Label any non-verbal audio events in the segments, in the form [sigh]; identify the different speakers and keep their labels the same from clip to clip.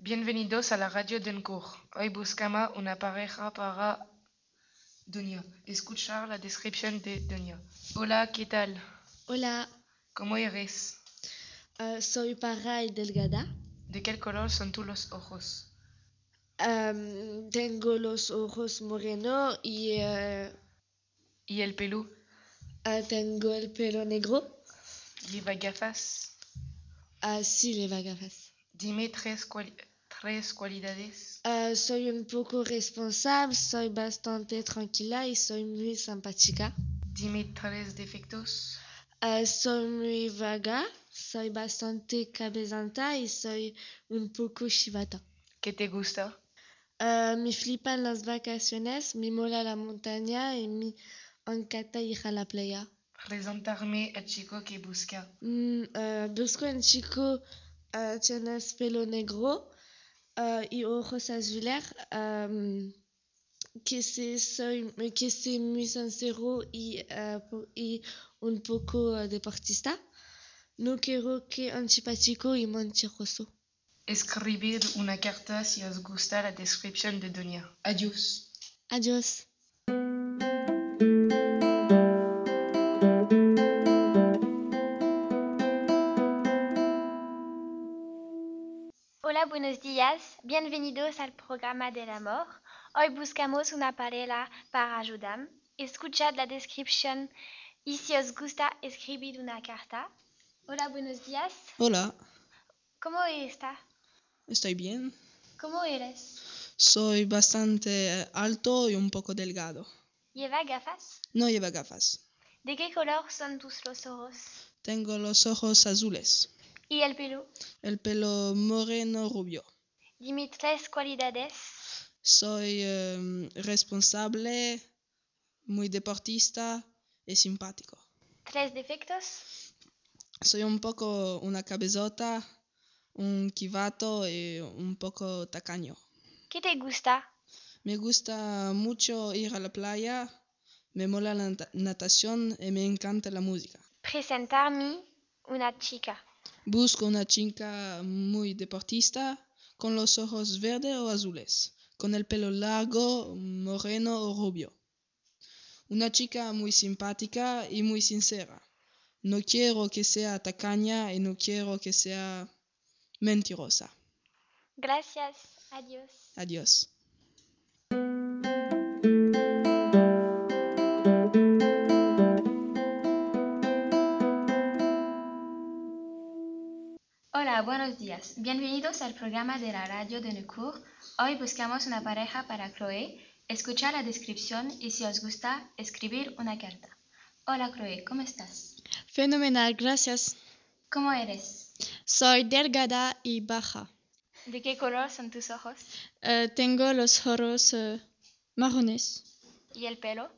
Speaker 1: Bienvenidos a la radio del GUR. Hoy buscamos una pareja para Dunia. Escuchar la descripción de Dunia. Hola, ¿qué tal?
Speaker 2: Hola,
Speaker 1: ¿Cómo eres?
Speaker 2: eh, soy Parra y Delgada.
Speaker 1: ¿De qué color son tus los ojos?
Speaker 2: Em, tengo los ojos moreno y eh,
Speaker 1: ¿Y el pelo?
Speaker 2: eh, tengo el pelo negro.
Speaker 1: ¿Lleva gafas?
Speaker 2: Así le va gafas.
Speaker 1: Dime tres, cual- tres cualidades.
Speaker 2: Eh, soy un poco responsable, soy bastante tranquila y soy muy simpática.
Speaker 1: Dime tres defectos.
Speaker 2: Eh, soy muy vaga, soy bastante cabezanta y soy un poco chivata.
Speaker 1: ¿Qué te gusta?
Speaker 2: Eh, me flipan las vacaciones, me mola la montaña y me encanta ir a la playa.
Speaker 1: Presentarme al chico que busca.
Speaker 2: Mm, eh, busco un chico, eh, tienes pelo negro eh, y ojos azules, eh, que, se soy, euh, que se muy sincero y, eh, po- y un poco eh, deportista. No quiero que antipático y mentiroso.
Speaker 1: Escribir una carta si os gusta la descripción de Dunia. Adiós.
Speaker 2: Adiós.
Speaker 3: Hola, buenos días. Bienvenidos al programa del amor. Hoy buscamos una pareja para ayudar. Escuchad la descripción y si os gusta, escribid una carta. Hola, buenos días.
Speaker 4: Hola,
Speaker 3: ¿Cómo está?
Speaker 4: estoy bien.
Speaker 3: ¿Cómo eres?
Speaker 4: Soy bastante eh, alto y un poco delgado.
Speaker 3: ¿Lleva gafas?
Speaker 4: No llevo gafas.
Speaker 3: ¿De qué color son tus los ojos?
Speaker 4: Tengo los ojos azules.
Speaker 3: ¿Y el pelo?
Speaker 4: El pelo moreno rubio.
Speaker 3: Dime tres cualidades.
Speaker 4: Soy eh, responsable, muy deportista y simpático.
Speaker 3: ¿Tres defectos?
Speaker 4: Soy un poco una cabezota, un quivato y un poco tacaño.
Speaker 3: ¿Qué te gusta?
Speaker 4: Me gusta mucho ir a la playa, me mola la nata- natación y me encanta la música.
Speaker 3: Presentarme una chica.
Speaker 4: Busco una chica muy deportista, con los ojos verdes o azules, con el pelo largo, moreno o rubio. Una chica muy simpática y muy sincera. No quiero que sea tacaña y no quiero que sea mentirosa.
Speaker 3: Gracias. Adiós.
Speaker 4: Adiós.
Speaker 5: Hola, buenos días. Bienvenidos al programa de la radio de Necourt. Hoy buscamos una pareja para Chloé. Escucha la descripción y si os gusta, escribir una carta. Hola Chloé, ¿cómo estás?
Speaker 2: Fenomenal, gracias.
Speaker 5: ¿Cómo eres?
Speaker 2: Soy delgada y baja.
Speaker 5: ¿De qué color son tus ojos?
Speaker 2: Eh, tengo los ojos eh, marrones.
Speaker 5: ¿Y el pelo?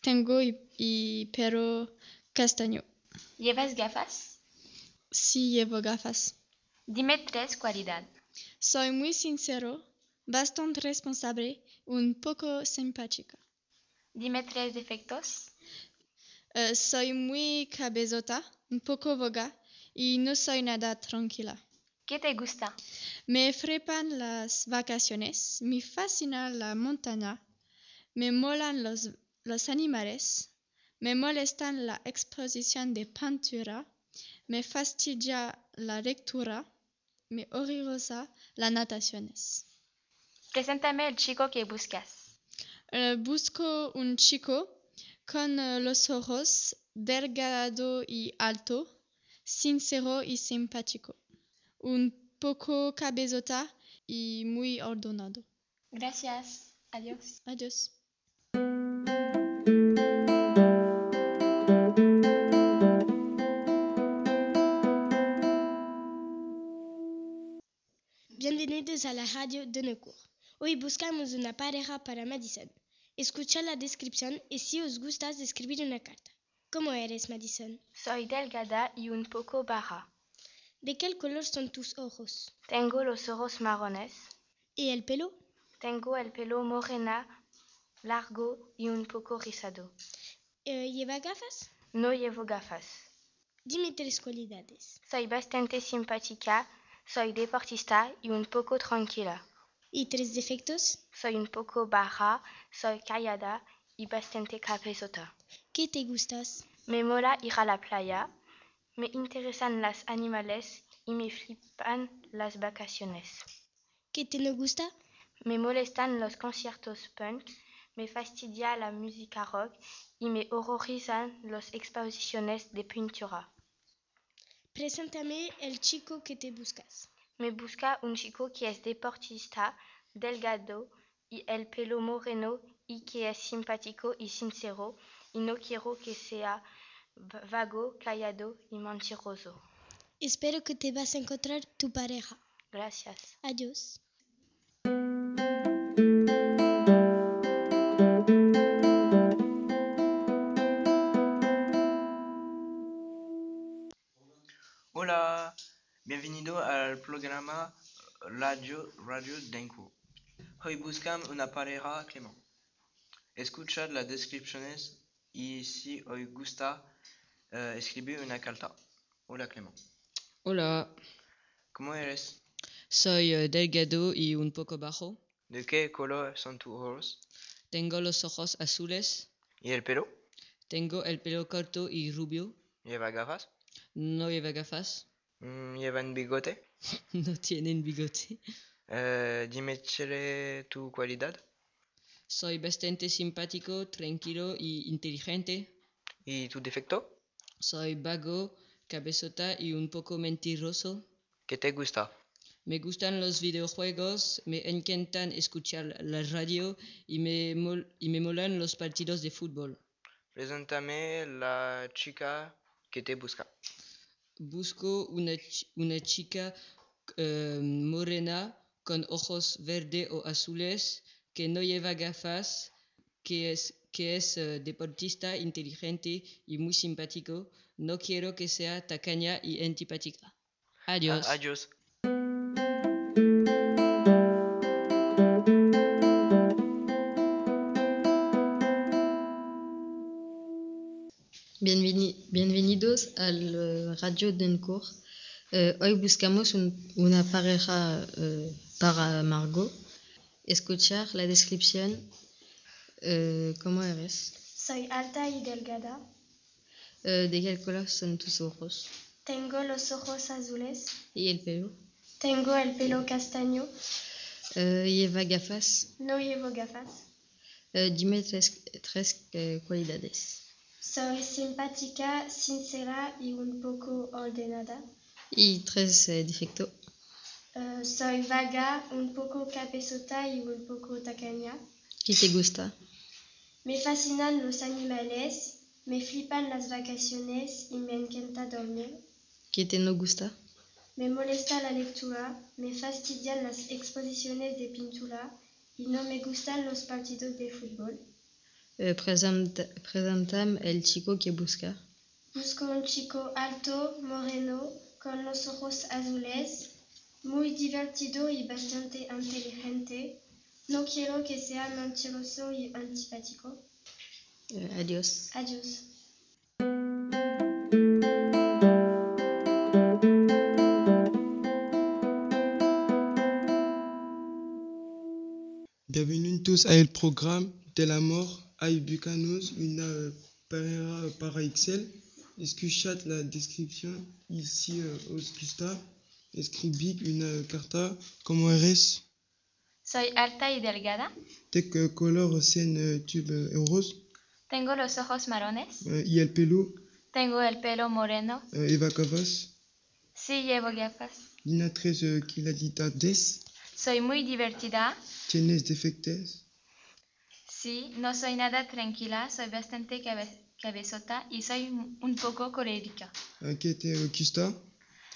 Speaker 2: Tengo y, y pelo castaño.
Speaker 5: ¿Llevas gafas?
Speaker 2: Sí llevo gafas.
Speaker 5: Dime tres cualidades.
Speaker 2: Soy muy sincero, bastante responsable, un poco simpática.
Speaker 5: Dime tres defectos.
Speaker 2: Eh, soy muy cabezota, un poco boga y no soy nada tranquila.
Speaker 5: ¿Qué te gusta?
Speaker 2: Me flipan las vacaciones, me fascina la montaña, me molan los, los animales, me molestan la exposición de pintura, me fastidia la lectura, me horroriza las nataciones.
Speaker 5: Preséntame el chico que buscas.
Speaker 2: Eh, busco un chico con eh, los ojos delgado y alto, sincero y simpático, un poco cabezota y muy ordenado.
Speaker 5: Gracias. Adiós.
Speaker 2: Adiós.
Speaker 6: Bienvenidos a la radio de Necourt. Hoy buscamos una pareja para Madison. Escucha la descripción y si os gusta, escribir una carta. ¿Cómo eres, Madison?
Speaker 3: Soy delgada y un poco baja.
Speaker 6: ¿De qué color son tus ojos?
Speaker 3: Tengo los ojos marrones.
Speaker 6: ¿Y el pelo?
Speaker 3: Tengo el pelo morena, largo y un poco rizado.
Speaker 6: Eh, ¿Lleva gafas?
Speaker 3: No llevo gafas.
Speaker 6: Dime tres cualidades.
Speaker 3: Soy bastante simpática,
Speaker 7: Soy deportista y un poco tranquila.
Speaker 3: ¿Y tres defectos?
Speaker 7: Soy un poco baja, soy callada y bastante cabezota.
Speaker 3: ¿Qué te gustas?
Speaker 7: Me mola ir a la playa, me interesan los animales y me flipan las vacaciones.
Speaker 3: ¿Qué te no gusta?
Speaker 7: Me molestan los conciertos punk, me fastidia la música rock y me horrorizan las exposiciones de pintura.
Speaker 3: Preséntame el chico que te buscas.
Speaker 7: Me busca un chico que es deportista, delgado y el pelo moreno y que es simpático y sincero y no quiero que sea v- vago, callado y mentiroso.
Speaker 3: Espero que te vas a encontrar tu pareja.
Speaker 7: Gracias.
Speaker 3: Adiós.
Speaker 8: Hola, bienvenido al programa Radio Radio Denko. Hoy buscamos una pareja Clément. Escucha las descripciones y si hoy gusta, eh, escribe una carta. Hola Clément,
Speaker 4: Hola,
Speaker 8: ¿cómo eres?
Speaker 4: soy eh, delgado y un poco bajo.
Speaker 8: ¿De qué color son tus ojos?
Speaker 4: Tengo los ojos azules.
Speaker 8: ¿Y el pelo?
Speaker 4: Tengo el pelo corto y rubio.
Speaker 8: ¿Lleva gafas?
Speaker 4: No lleva gafas. [laughs]
Speaker 8: Mm, ¿Lleva un bigote?
Speaker 4: No tienen bigote.
Speaker 8: Eh, dime chile, tu cualidad
Speaker 4: Soy bastante simpático, tranquilo y inteligente.
Speaker 8: y tu defecto.
Speaker 4: Soy vago, cabezota y un poco mentiroso.
Speaker 8: ¿Qué te gusta?
Speaker 4: Me gustan los videojuegos, me encantan escuchar la radio y me, mol- y me molan los partidos de fútbol.
Speaker 8: Preséntame la chica que te busca.
Speaker 4: Busco una, chi- una chica eh, morena con ojos verdes o azules que no lleva gafas, que es, que es eh, deportista, inteligente y muy simpático. No quiero que sea tacaña y antipática.
Speaker 8: Ah,
Speaker 4: Adiós.
Speaker 8: adiós.
Speaker 2: Bienveni- bienvenidos al eh, Radio Dencourt. Eh, hoy buscamos un- una pareja eh, para Margot. Escuchar la descripción. Eh, ¿Cómo eres?
Speaker 3: Soy alta y delgada.
Speaker 2: Eh, ¿De qué color son tus ojos?
Speaker 3: Tengo los ojos azules.
Speaker 2: ¿Y el pelo?
Speaker 3: Tengo el pelo castaño.
Speaker 2: Eh, ¿Lleva gafas?
Speaker 3: No llevo gafas.
Speaker 2: Eh, dime tres, tres, eh, cualidades.
Speaker 3: Soy simpática, sincera y un poco ordenada.
Speaker 2: Y tres eh, defectos.
Speaker 3: Eh, soy vaga, un poco cabezota y un poco tacaña.
Speaker 2: ¿Qué te gusta?
Speaker 3: Me fascinan los animales, me flipan las vacaciones y me encanta dormir.
Speaker 2: ¿Qué te no gusta?
Speaker 3: Me molesta la lectura, me fastidian las exposiciones de pintura y no me gustan los partidos de fútbol.
Speaker 2: Eh, presenta, presentam el chico que busca.
Speaker 3: Busco un chico alto, moreno, con los ojos azules, muy divertido y bastante inteligente. No quiero que sea mentiroso y antipático.
Speaker 2: Eh, adiós.
Speaker 3: Adiós.
Speaker 9: Bienvenue tous à el programme de la mort a Bucanos, una euh, pareja para Excel. Escuchat la description ici euh, Oscusta. Escribi una euh, carta. Como eres?
Speaker 5: Soy alta y delgada.
Speaker 9: Te que color sen euh, tube euh, euros.
Speaker 5: Tengo los ojos marrones.
Speaker 9: Euh, y el pelo.
Speaker 5: Tengo el pelo moreno.
Speaker 9: Euh, Eva Cavas.
Speaker 5: Sí llevo gafas.
Speaker 9: Lina tres euh, quiladitades.
Speaker 5: Soy muy divertida.
Speaker 9: Tienes defectes.
Speaker 5: Sí, no soy nada tranquila. Soy bastante cabe- cabezota y soy un poco colérica.
Speaker 9: Euh, que te euh, gusta?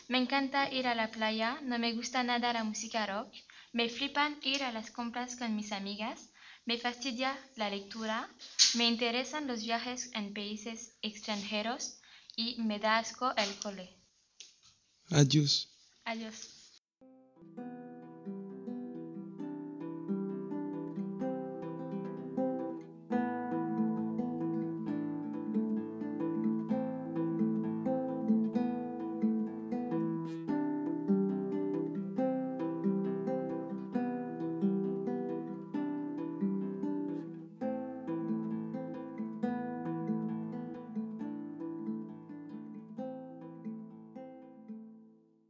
Speaker 5: Me encanta ir a la playa, no me gusta nada la música rock, me flipan ir a las compras con mis amigas, me fastidia la lectura, me interesan los viajes en países extranjeros y me da asco el cole.
Speaker 9: Adios.
Speaker 5: Adiós.